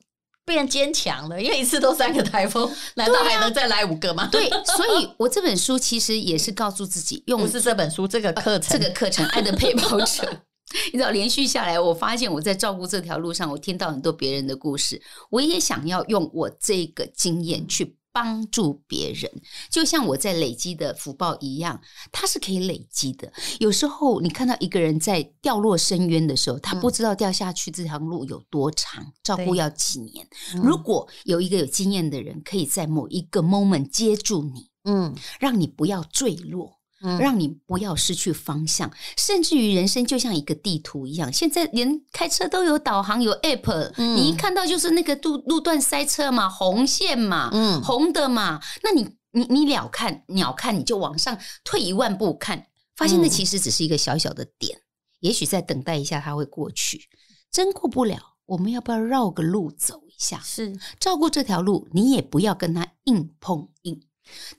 S2: 变坚强了，因为一次都三个台风，难道还能再来五个
S3: (laughs)
S2: 吗？
S3: 啊对，所以我这本书其实也是告诉自己，
S2: 不 (laughs)
S3: 用
S2: 是这本书这个课程，
S3: 这
S2: (laughs)
S3: 个课程《爱的陪跑者》。 (laughs) 你知道，连续下来，我发现我在照顾这条路上，我听到很多别人的故事，我也想要用我这个经验去帮助别人，就像我在累积的福报一样，它是可以累积的。有时候你看到一个人在掉落深渊的时候，他不知道掉下去这条路有多长，照顾
S2: 嗯对嗯
S3: 要几年。如果有一个有经验的人，可以在某一个 moment 接住你，
S2: 嗯
S3: 让你不要坠落。
S2: 嗯
S3: 让你不要失去方向，甚至于人生就像一个地图一样，现在连开车都有导航，有 app，、
S2: 嗯
S3: 你一看到就是那个路路段塞车嘛，红线嘛，
S2: 嗯
S3: 红的嘛，那你你你鸟看鸟看，你就往上退一万步看，发现那
S2: 嗯
S3: 其实只是一个小小的点，也许再等待一下它会过去，真过不了，我们要不要绕个路走一下？
S2: 是
S3: 照顾这条路，你也不要跟他硬碰硬，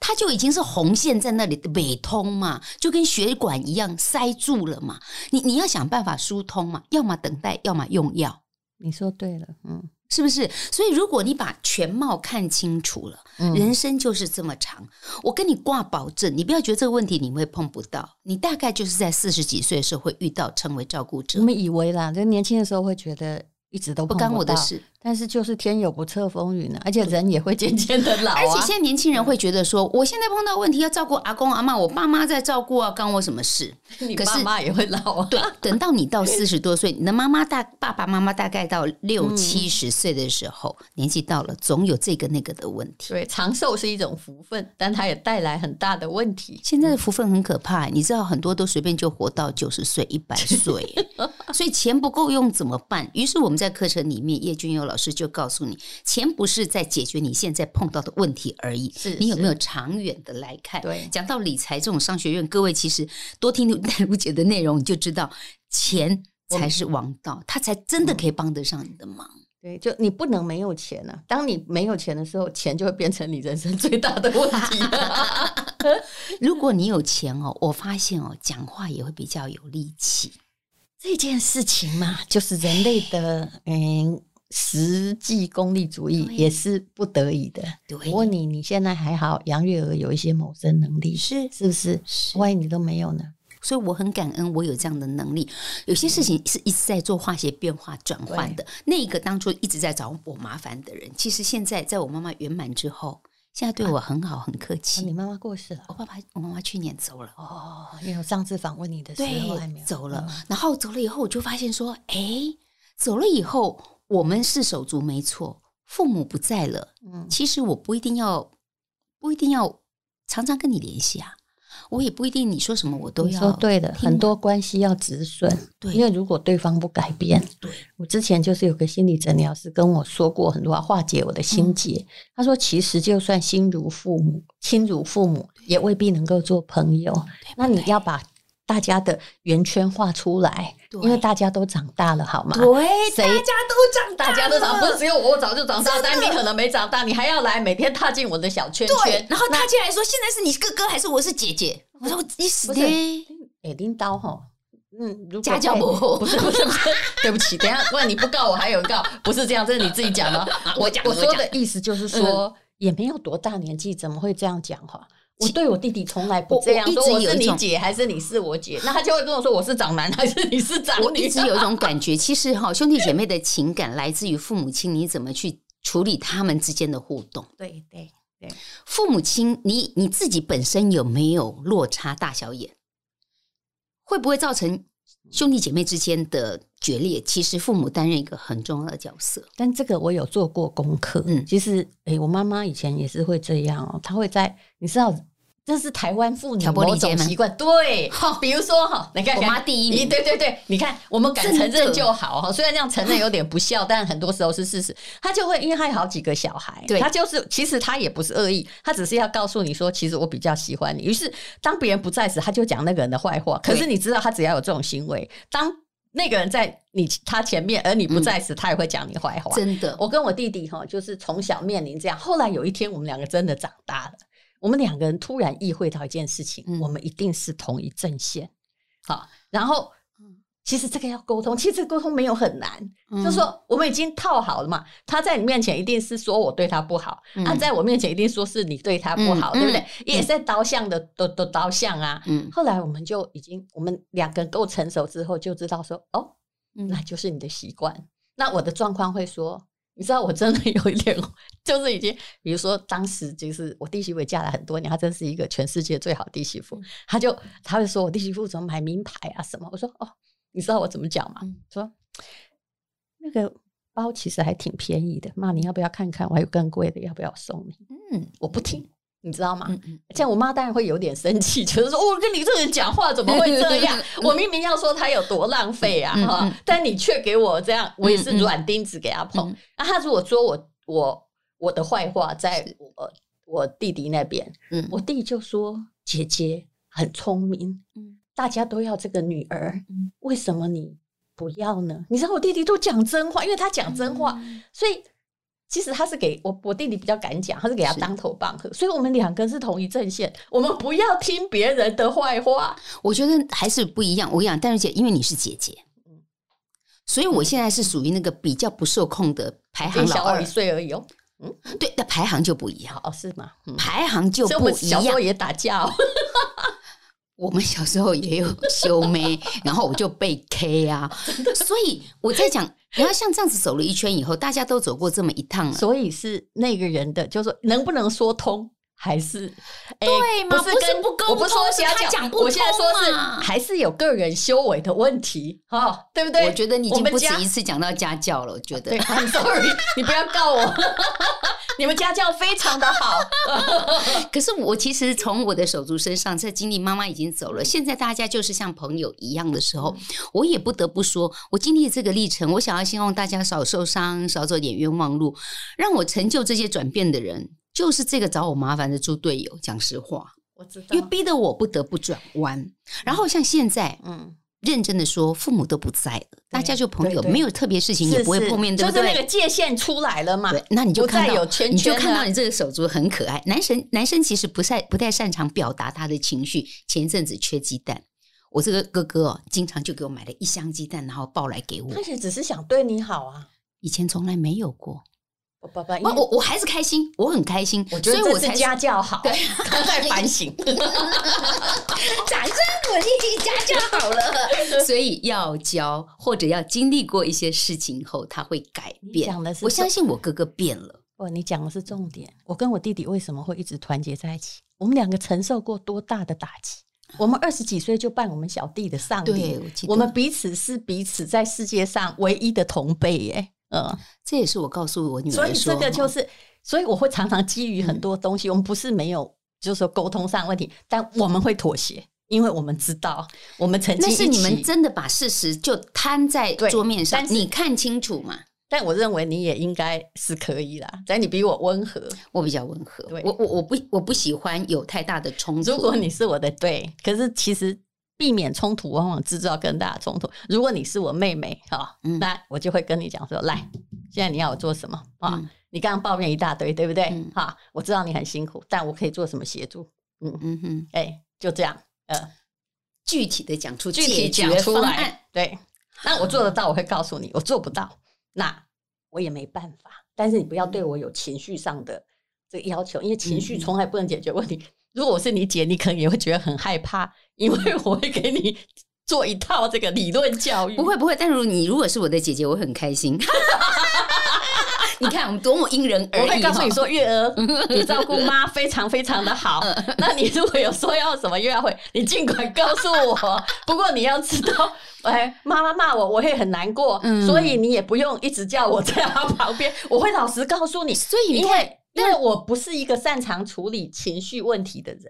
S3: 它就已经是红线在那里北通嘛，就跟血管一样塞住了嘛。你你要想办法疏通嘛，要么等待，要么用药，
S2: 你说对了，嗯
S3: 是不是？所以如果你把全貌看清楚了，
S2: 嗯
S3: 人生就是这么长。我跟你挂保证，你不要觉得这个问题你会碰不到，你大概就是在四十几岁的时候会遇到成为照顾者
S2: 嗯我，们以为啦，就年轻的时候会觉得一直都
S3: 不
S2: 碰
S3: 干我的
S2: 到，
S3: 事。
S2: 但是就是天有不测风云啊，而且人也会渐渐的 (laughs) 老啊。
S3: 而且现在年轻人会觉得说，我现在碰到问题要照顾阿公阿妈，我爸妈在照顾啊，干我什么事？
S2: 你
S3: 可
S2: 爸
S3: 是
S2: 妈也会老啊。
S3: 对，等到你到四十多岁，你的妈妈大爸爸妈妈大概到六七十岁的时候，年纪到了，总有这个那个的问题。
S2: 对，长寿是一种福分，但它也带来很大的问
S3: (laughs)
S2: 题。
S3: 现在的福分很可怕、
S2: 嗯
S3: 你知道很多都随便就活到九十岁、一百岁，
S2: (laughs)
S3: 所以钱不够用怎么办？于是我们在课程里面，叶君友老师就告诉你，钱不是在解决你现在碰到的问题而已，
S2: 是
S3: 你有
S2: 是
S3: 没有长远的来看？
S2: 对
S3: 讲到理财这种商学院，各位其实多听听戴茹姐的内容，你就知道钱才是王道，他才真的可以帮得上你的忙。
S2: 嗯
S4: 对，就你不能没有钱啊！当你没有钱的时候，钱就会变成你人生最大的问题、啊。
S3: 如果你有钱哦，我发现哦，讲话也会比较有力气。
S4: 这件事情嘛，就是人类的嗯实际功利主义
S3: 对
S4: 也是不得已的。
S3: 对，
S4: 我问你，你现在还好？杨月娥有一些谋生能力，
S3: 是
S4: 是不是？
S3: 是
S4: 万一你都没有呢？
S3: 所以我很感恩我有这样的能力。有些事情是一直在做化学变化转换的，那个当初一直在找我麻烦的人，其实现在在我妈妈圆满之后，现在对我很好，很客
S4: 啊
S3: 气。
S4: 你妈妈过世了
S3: 我爸爸，我妈妈去年走了，
S4: 哦，因为我上次访问你的时候还没有
S3: 走了
S4: 嗯。
S3: 然后走了以后，我就发现说，哎，走了以后，我们是手足没错，父母不在了，
S4: 嗯
S3: 其实我不一定要，不一定要常常跟你联系啊，我也不一定你说什么我都
S4: 你说
S3: 要。啊
S4: 对的，
S3: 听
S4: 很
S3: 嘛
S4: 多关系要止损，
S3: 对
S4: 因为如果对方不改变，
S3: 对，
S4: 我之前就是有个心理诊疗师跟我说过很多要化解我的
S3: 嗯
S4: 心结，他说其实就算心如父母，亲如父母也未必能够做朋友，那你要把大家的圆圈画出来，
S3: 对
S4: 因为大家都长大了，好吗？
S3: 对，
S4: 谁
S3: 哎大家都长大
S4: 大
S3: 了，
S4: 家都长，不是只有我早就长大，但你可能没长大，你还要来每天踏进我的小圈圈
S3: 对，。然后他进来说：“现在是你哥哥还是我是姐姐？”我说：“你死
S4: 不
S3: 的
S4: 是，哎，拎刀吼，嗯，如果
S3: 家教
S4: 被
S3: 不好
S4: 不是不是
S3: (laughs)
S4: 不是，对不起，等一下，不然你不告我还有人告，不是这样，这是你自己讲的。我
S3: 讲
S4: 我
S3: 我
S4: 说
S3: 讲
S4: 的意思就是
S3: 嗯
S4: 说，也没有多大年纪，怎么会这样讲话？我对我弟弟从来不
S3: 我
S4: 这样
S3: 我一
S4: 说，
S3: 直
S4: 我
S3: 有
S4: 是
S3: 一
S4: 你
S3: 种
S4: 姐还是你是我姐？那他就会跟我说我是长男还 (laughs) 是你是长
S3: 我
S4: 女啊
S3: 一？直有一种感觉，其实哈，兄弟姐妹的情感来自于父母亲，你怎么去处理他们之间的互动？
S4: 对对，
S3: 父母亲，你你自己本身有没有落差大小眼？会不会造成兄弟姐妹之间的决裂？其实父母担任一个很重要的角色。
S4: 但这个我有做过功课。
S3: 嗯
S4: 其实诶、我妈妈以前也是会这样哦，她会在你知道。这是台湾妇女
S3: 挑拨离
S4: 某种
S3: 间吗
S4: 习惯，对，比如说哈，你看
S3: 我
S4: 看
S3: 妈第哎一
S4: 你
S3: (laughs) 名，
S4: 对对对，你看，我们敢
S3: 真的
S4: 承认就好哈。虽然这样承认有点不孝，但很多时候是事实。他就会因为他有好几个小孩，
S3: 对
S4: 他就是其实他也不是恶意，他只是要告诉你说，其实我比较喜欢你。于是当别人不在时，他就讲那个人的坏话。可
S3: 对
S4: 是你知道，他只要有这种行为，当那个人在你他前面，而你不在时，他也会讲你坏话。
S3: 真的，
S4: 我跟我弟弟哈，就是从小面临这样。后来有一天，我们两个真的长大了，我们两个人突然意会到一件事情：
S3: 嗯
S4: 我们一定是同一阵线。好，然后
S3: 嗯
S4: 其实这个要沟通，其实这个沟通没有很难，
S3: 嗯
S4: 就说我们已经套好了嘛。他在你面前一定是说我对他不好，
S3: 嗯
S4: 他、在我面前一定说是你对他不好，
S3: 嗯
S4: 对不对？也在导向的都都导向啊。
S3: 嗯
S4: 后来我们就已经，我们两个人够成熟之后，就知道说，哦，
S3: 嗯
S4: 那就是你的习惯。那我的状况会说，你知道我真的有一点， (laughs) 就是已经，比如说当时就是我弟媳妇也嫁了很多年，她真是一个全世界最好的弟媳妇
S3: 嗯，
S4: 她就她会说我弟媳妇怎么买名牌啊什么，我说哦，你知道我怎么讲吗？
S3: 嗯
S4: 说那个包其实还挺便宜的，妈你要不要看看？我还有更贵的，要不要送你？
S3: 嗯
S4: 我不听，你知道吗？
S3: 嗯嗯，
S4: 这样我妈当然会有点生气， (laughs) 就是说，哦，跟你这个人讲话怎么会这
S3: (laughs)？
S4: 样
S3: 嗯
S4: 我明明要说他有多浪费啊，
S3: 嗯
S4: 哈、
S3: 嗯
S4: 但你却给我这样，我也是
S3: 嗯嗯
S4: 软钉子给他碰
S3: 嗯。
S4: 那、他如果说我我我的坏话，在我我弟弟那边，
S3: 嗯
S4: 我弟就说姐姐很聪明，
S3: 嗯
S4: 大家都要这个女儿，
S3: 嗯
S4: 为什么你不要呢？你知道我弟弟都讲真话，因为他讲真话，
S3: 嗯
S4: 所以其实他是给我我弟弟比较敢讲，他是给他
S3: 是
S4: 当头棒喝，所以我们两个是同一阵线，我们不要听别人的坏话。
S3: 我觉得还是不一样。我跟你讲，但是姐，因为你是姐姐，
S4: 嗯
S3: 所以我现在是属于那个比较不受控的排
S4: 只
S3: 行
S4: 嗯小
S3: 老
S4: 我
S3: 二
S4: 一。岁而已哦，
S3: 对，那排行就不一样，
S4: 哦是吗？嗯，
S3: 排行就
S4: 所以我
S3: 不
S4: 们
S3: 一
S4: 小时
S3: 样
S4: 候。也打架哦， (laughs)
S3: 我们小时候也有修妹， (laughs) 然后我就被 K 啊，
S4: (laughs)
S3: 所以我在讲，然后像这样子走了一圈以后，大家都走过这么一趟了，
S4: 所以是那个人的，就是说能不能说通。还是，哎
S3: 对嘛
S4: 不是
S3: 不是
S4: 跟
S3: 不沟
S4: 我不说
S3: 通是
S4: 瞎
S3: 他讲不
S4: 我现在说是
S3: 通嘛
S4: 还是有个人修为的问题，哈、哦，对不对？
S3: 我觉得你已
S4: 我
S3: 经
S4: 们
S3: 不止
S4: 家
S3: 一次讲到家教了，我觉得
S4: 对。，I'm (laughs) sorry，你不要告我， (laughs) 你们家教非常的好，
S3: 可是我其实从我的手足身上，在经历妈妈已经走了，现在大家就是像朋友一样的时候，
S2: 嗯
S3: 我也不得不说，我经历这个历程，我想要希望大家少受伤，少走点冤枉路，让我成就这些转变的人，就是这个找我麻烦的猪队友。讲实话，
S2: 嗯
S4: 我知道
S3: 因为逼得我不得不转弯。然后像现在，
S4: 嗯，
S3: 认真的说，父母都不在了，大家就朋友，
S2: 对对
S3: 没有特别事情也不会
S2: 是是
S3: 碰面，对不
S2: 就是那
S3: 对
S2: 个？界限出来了嘛。
S3: (laughs) 对，那你就
S2: 不
S3: 看
S2: 再
S3: 到
S2: 有圈
S3: 你就
S2: 圈
S3: 看到
S2: 了
S3: 你这个手足很可爱。男生男生其实不太不太擅长表达他的情绪。前一阵子缺鸡蛋，我这个哥哥哦，经常就给我买了一箱鸡蛋，然后抱来给我
S2: 他。其实只是想对你好啊，
S3: 以前从来没有过，
S2: 我爸爸，因
S3: 我
S2: 为
S3: 我我还是开心，我很开心，
S2: 哎我觉
S3: 所
S2: 得
S3: 以我
S2: 这
S3: 才
S2: 是家教好，
S3: 对
S2: (laughs) 他在反
S3: (laughs)
S2: 省。
S3: 掌声鼓励一下就好了。所以要教或者要经历过一些事情后，他会改
S2: 你
S3: 变
S2: 讲的。是
S3: 我相信我哥哥变了，
S2: 不，哦你讲的是重点。我跟我弟弟为什么会一直团结在一起？我们两个承受过多大的打击？我们二十几岁就拜我们小弟的上帝
S3: 对我记，得
S2: 我们彼此是彼此在世界上唯一的同辈耶。嗯，
S3: 这也是我告诉我女儿说
S2: 所以这个就
S3: 哦
S2: 是，所以我会常常基于很
S3: 嗯
S2: 多东西，我们不是没有，就是说沟通上的问题，但我们会妥协，因为我们知道我们曾经
S3: 那是你
S2: 一
S3: 们
S2: 起
S3: 真的把事实就摊在
S2: 对
S3: 桌面上
S2: 但，是
S3: 你看清楚嘛？
S2: 但我认为你也应该是可以啦，但你比我温和。
S3: 我比较温和
S2: 对，
S3: 我我我不我不喜欢有太大的冲突。
S2: 如果你是我的对，可是其实避免冲突往往制造更大的冲突。如果你是我妹妹哈、
S3: 嗯
S2: 那我就会跟你讲说，来，现在你要我做什么啊？
S3: 嗯
S2: 你刚刚抱怨一大堆，对不对？哈、
S3: 嗯
S2: 我知道你很辛苦，但我可以做什么协助？
S3: 嗯哼，
S2: 哎、就这样，呃，
S3: 具体的讲出
S2: 具
S3: 解
S2: 体
S3: 决
S2: 讲出
S3: 方案
S2: 来，，对，那我做得到，我会告诉你；我做不到，那我也没办法。但是你不要对我有情绪上的这个要求，因为情绪
S3: 嗯嗯
S2: 从来不能解决问题。如果我是你姐，你可能也会觉得很害怕，因为我会给你做一套这个理论教育。
S3: 不，会不会，但如果你如果是我的姐姐，我会很开心。 (laughs) 你看我们多么因人而异
S2: 我会告诉你
S3: 哈
S2: 说，月儿，
S3: 嗯
S2: 你照顾妈非常非常的好。那你如果有说要什么约会，你尽管告诉
S3: (laughs)
S2: 我。不过你要知道，哎，妈妈骂我，我会很难过，
S3: 嗯
S2: 所以你也不用一直叫我在她旁边，我会老实告诉你。
S3: 所以你
S2: 因
S3: 看
S2: 为，因为我不是一个擅长处理情绪问题的人，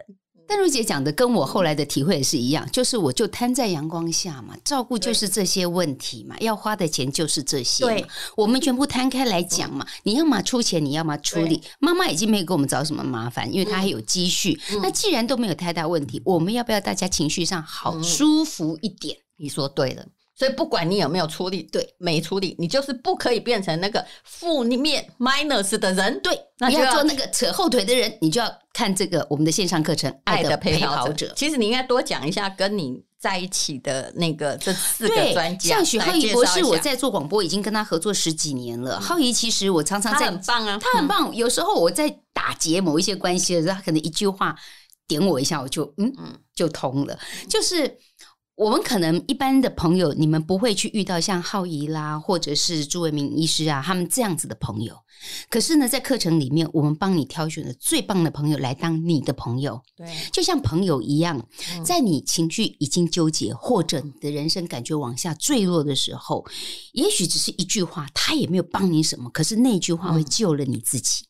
S3: 淡如姐讲的跟我后来的体会也是一
S2: 嗯
S3: 样，就是我就摊在阳光下嘛，照顾就是这些问题嘛，要花的钱就是这些嘛
S2: 对，嗯
S3: 我们全部摊开来讲嘛，你要么出钱，你要么处理。妈妈已经没有给我们找什么麻烦，因为她
S2: 嗯
S3: 还有积蓄。那既然都没有太大问题，我们要不要大家情绪上好
S2: 嗯
S3: 舒服一点？
S2: 你说对了。所以不管你有没有处理，
S3: 对，
S2: 没处理，你就是不可以变成那个负面 minus 的人，对，那
S3: 不
S2: 就
S3: 要做那个扯后腿的人，你就要看这个我们的线上课程《爱
S2: 爱
S3: 的
S2: 的
S3: 陪
S2: 陪
S3: 跑
S2: 跑
S3: 者
S2: 者。》。其实你应该多讲一下跟你在一起的那个这四个
S3: 对，
S2: 专家，
S3: 像许浩
S2: 来
S3: 怡
S2: 介
S3: 博
S2: 绍
S3: 士，
S2: 一
S3: 我
S2: 下嗯
S3: 在做广播已经跟他合作十几年了。浩怡其实我常常
S2: 他
S3: 在
S2: 很棒啊，
S3: 他很棒。有时候我在打结某一些关系的时候，他可能一句话点我一下，我就嗯
S2: 嗯
S3: 就通了。就是我们可能一般的朋友，你们不会去遇到像浩怡啦，或者是朱维明医师啊，他们这样子的朋友。可是呢，在课程里面，我们帮你挑选了最棒的朋友来当你的朋友。
S2: 对，
S3: 就像朋友一样，
S2: 嗯
S3: 在你情绪已经纠结，或者你的人生感觉往下坠落的时候，也许只是一句话，他也没有帮你什么，可是那句话
S2: 嗯
S3: 会救了你自己。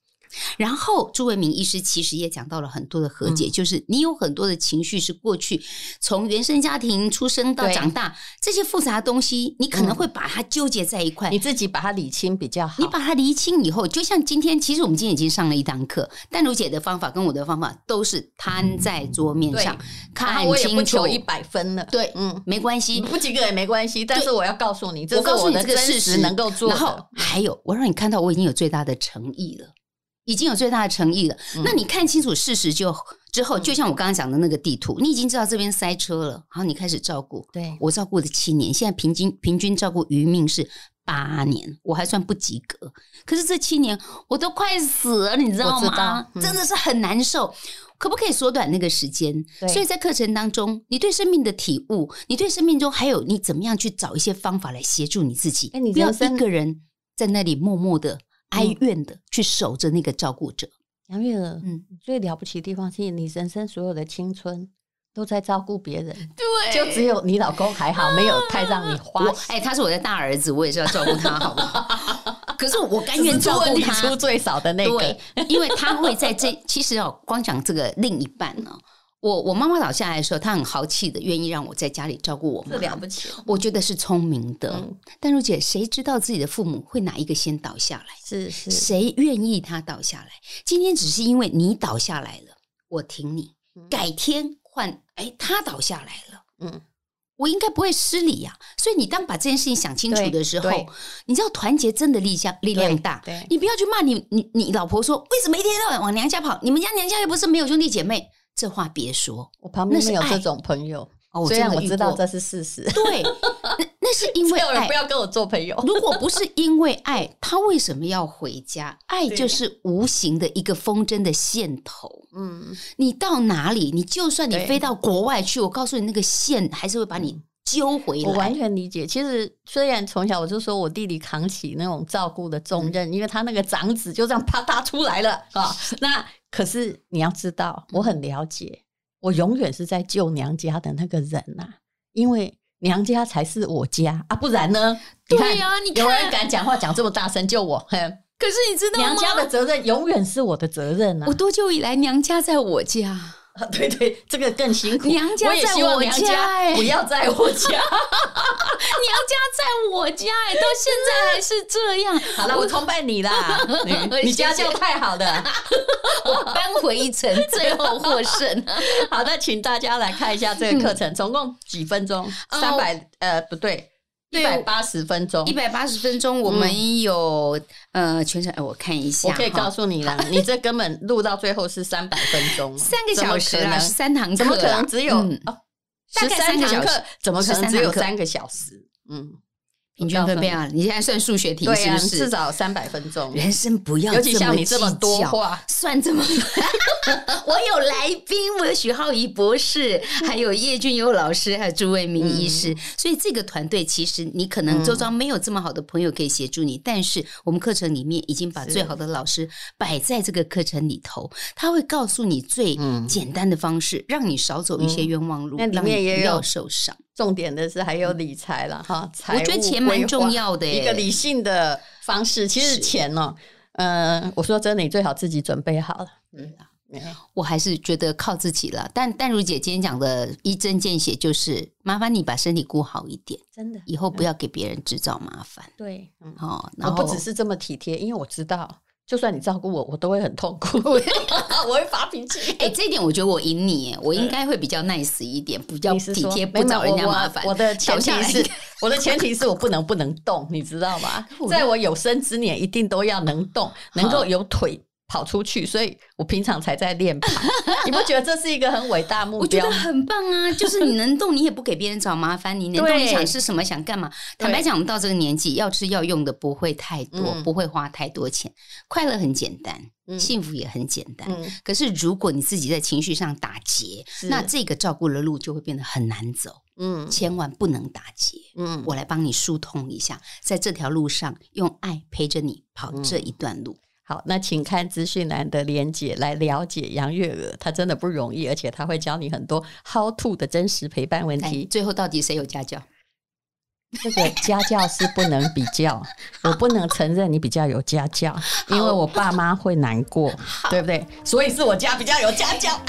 S3: 然后，朱维明医师其实也讲到了很多的和
S2: 嗯
S3: 解，就是你有很多的情绪是过去从原生家庭出生到
S2: 对嗯
S3: 长大这些复杂的东西，你可能会把它纠结在一块，
S2: 你自己把它理清比较好。
S3: 你把它厘清以后，就像今天，其实我们今天已经上了一堂课，淡如姐的方法跟我的方法都是摊在桌面上，
S2: 然
S3: 看
S2: 后我也不
S3: 清楚
S2: 求。一百分了，
S3: 对，
S2: 嗯，
S3: 没关系
S2: 你，不及格也没关系，但是我要告诉你，这
S3: 我
S2: 是
S3: 告诉你
S2: 的
S3: 这个
S2: 真
S3: 事实
S2: 实能够做
S3: 然后
S2: 的。嗯
S3: 还有，我让你看到我已经有最大的诚意了，已经有最大的诚意了。
S2: 嗯
S3: 那你看清楚事实就之后，就像我刚刚讲的那个地图，你已经知道这边塞车了，然后你开始照顾。
S2: 对
S3: 我照顾了七年，现在平均平均照顾余命是八年，我还算不及格。可是这七年我都快死了，你知道
S2: 我
S3: 吗？
S2: 知道嗯
S3: 真的是很难受。可不可以缩短那个时间？
S2: 对
S3: 所以在课程当中，你对生命的体悟，你对生命中还有你怎么样去找一些方法来协助你自己，
S2: 哎你
S3: 不要
S2: 人生嗯
S3: 一个人在那里默默的哀怨的去守着那个照顾者。
S2: 杨月娥，
S3: 嗯，
S2: 你最了不起的地方是你人生所有的青春都在照顾别人，
S3: 对
S2: 就只有你老公还好，没有太让你花
S3: 我。哎、他是我的大儿子，我也是要照顾他，好
S2: (laughs)
S3: 不好？可是我甘
S2: 只是出
S3: 愿照
S2: 问
S3: 顾
S2: 题
S3: 他，
S2: 出最少的那个
S3: 对，
S2: (laughs)
S3: 因为他会在这，其实哦，光讲这个另一半呢、我我妈妈倒下来的时候，她很豪气的，愿意让我在家里照顾我妈
S2: 是。了不
S4: (laughs)
S2: 起，
S3: 我觉得是聪明的，
S2: 嗯
S3: 但如姐，谁知道自己的父母会哪一个先倒下来？
S2: 是是
S3: 谁愿意他倒下来？今天只是因为你倒下来了，我挺你
S2: 嗯；
S3: 改天换，哎，他倒下来了，
S2: 嗯，
S3: 我应该不会失礼呀、所以你当把这件事情想清楚
S2: 对
S3: 的时候
S2: 对，
S3: 你知道团结真的力量力量大
S2: 对对。
S3: 你不要去骂你你你老婆说为什么一天到晚往娘家跑，你们家娘家又不是没有兄弟姐妹，这话别说。
S4: 我旁边
S3: 那是
S4: 没有
S3: 爱
S4: 这种朋友，
S3: 哦，
S4: 虽
S3: 真
S4: 然
S3: 的
S4: 我
S3: 遇
S4: 知道
S3: 过
S4: 这是事实，
S3: (laughs) 对，那那是 (laughs) 因为
S2: 没有人
S3: 爱
S2: 不。要跟我做朋友。
S3: 如果不是因为爱，他为什么要回家？爱就是无形的一个风筝的线头。
S4: 嗯，
S3: 你到哪里，你就算你
S2: 对
S3: 飞到国外去，我告诉你，那个线还是会把你揪回
S4: 我完
S3: 来。
S4: 全理解。其实虽然从小我就说我弟弟扛起那种照顾的
S3: 嗯
S4: 重任，因为他那个长子就这样啪嗒出来了啊。那可是你要知道，我
S3: 嗯
S4: 很了解，我永远是在救娘家的那个人呐、因为娘家才是我家啊，不然呢？你看
S2: 对呀、你
S3: 啊
S4: 有人
S2: 看，
S4: 敢讲话讲这么大声救我，哼
S3: 可是你知道
S4: 娘家的责任永远 (laughs) 是我的责任啊
S3: 我！多久以来娘家在我家？
S4: 对对，这个更辛苦。
S3: 娘家
S4: 我也
S3: 在
S4: 希望
S3: 我
S4: 娘
S3: 家欸
S4: 家不要在我家。
S3: (laughs) 娘家在我家、哎，到现在还是这
S4: (laughs)
S3: 样。
S4: 好了，我崇拜你啦， (laughs)
S3: 嗯
S4: 你你家教太好了。
S3: 我扳回一城，最后获胜。
S4: 好的，请大家来看一下这个课程，总共几分钟？
S3: 嗯哦
S4: 三百呃不对，一
S3: 对
S4: 百八十分钟
S3: (laughs) 一。百八十分钟，我们有、呃全程，哎，我看一下
S4: 我
S3: 哈，
S4: 可以告诉你 (laughs) 啦，你这根本录到最后是 (laughs) 三百分钟，
S3: 三个小时
S4: 怎么可
S3: 啊，
S4: 能
S3: 十三堂课啦，
S4: 怎么可能只有
S3: 嗯
S4: 哦
S3: 大
S4: 十
S3: 概
S4: 三
S3: 三
S4: 堂
S3: 堂
S4: 课
S3: 课？
S4: 怎么可能
S3: 13
S4: 只有
S3: 堂课
S4: 三个小时？嗯，
S3: 平均分配啊？你现在算数学题
S4: 对
S3: 是
S4: 呀，
S3: 不
S4: 至
S3: 是？
S4: 少三百分钟。
S3: 人生不要
S4: 尤其像你这么
S3: 计较
S4: 多话，
S3: 算这么多。 (laughs) 我有来宾，我有许浩怡博士，还有叶俊优老师，还有朱卫明医
S4: 嗯
S3: 师。所以这个团队其实你可能周遭没有这么好的朋友可以协助你，但是我们课程里面已经把
S4: 是
S3: 最好的老师摆在这个课程里头，他会告诉你最
S4: 嗯
S3: 简单的方式，让你少走一些冤枉路，
S4: 那里
S3: 让
S4: 面
S3: 你
S4: 也
S3: 不
S4: 有
S3: 要受伤。
S4: 重点的是还有理财了哈，财务
S3: 嗯我觉得钱蛮重要的
S4: 规
S3: 耶
S4: 划一个理性的方式。其实
S3: 是
S4: 钱哦，呃，我说真的，你最好自己准备好了。嗯，
S3: 我还是觉得靠自己了。但但如姐今天讲的一针见血，就是麻烦你把身体顾好一点，
S4: 真的
S3: 以后不要给别人制造麻烦
S4: 对，嗯，
S3: 哦。
S4: 我
S3: 然
S4: 不
S3: 后
S4: 只是这么体贴，因为我知道，就算你照顾我，我都会很痛苦， (laughs) 我会发脾气。
S3: 哎、这一点我觉得我赢你耶，我应该会比较 nice 一点，比较
S4: 你是
S3: 体
S4: 说
S3: 贴，
S4: 没
S3: 不
S4: 有
S3: 找人家麻
S4: 我
S3: 烦。
S4: 我我的前
S3: 倒
S4: 提
S3: 下来
S4: 是，我的前提是我不能不能动，你知道吗？在 (laughs) 我有生之年，一定都要能动，能够有腿跑出去，所以我平常才在练跑。你不觉得这是一个很伟大目
S3: 我觉
S4: 标
S3: 得 (laughs)
S4: 吗？
S3: 很棒啊，就是你能动，你也不给别人找麻烦，你能动，
S4: 对
S3: 你想吃什么，想干嘛。坦白
S4: 对
S3: 讲，我们到这个年纪，要吃要用的不会太多，
S4: 嗯
S3: 不会花太多钱，快乐很简单，
S4: 嗯
S3: 幸福也很简单。
S4: 嗯，
S3: 可是如果你自己在情绪上打结，那这个照顾的路就会变得很难走，
S4: 嗯
S3: 千万不能打结。
S4: 嗯，
S3: 我来帮你疏通一下，在这条路上用爱陪着你跑这
S4: 嗯
S3: 一段路。
S4: 好，那请看资讯栏的连结来了解杨月娥，她真的不容易，而且她会教你很多 how to 的真实陪伴问
S3: 哎
S4: 题，。
S3: 最后到底谁有家教？
S4: 这个家教是不能比较，我不能承认你比较有家教，因为我爸妈会难过，对不对？所以是我家比较有家教。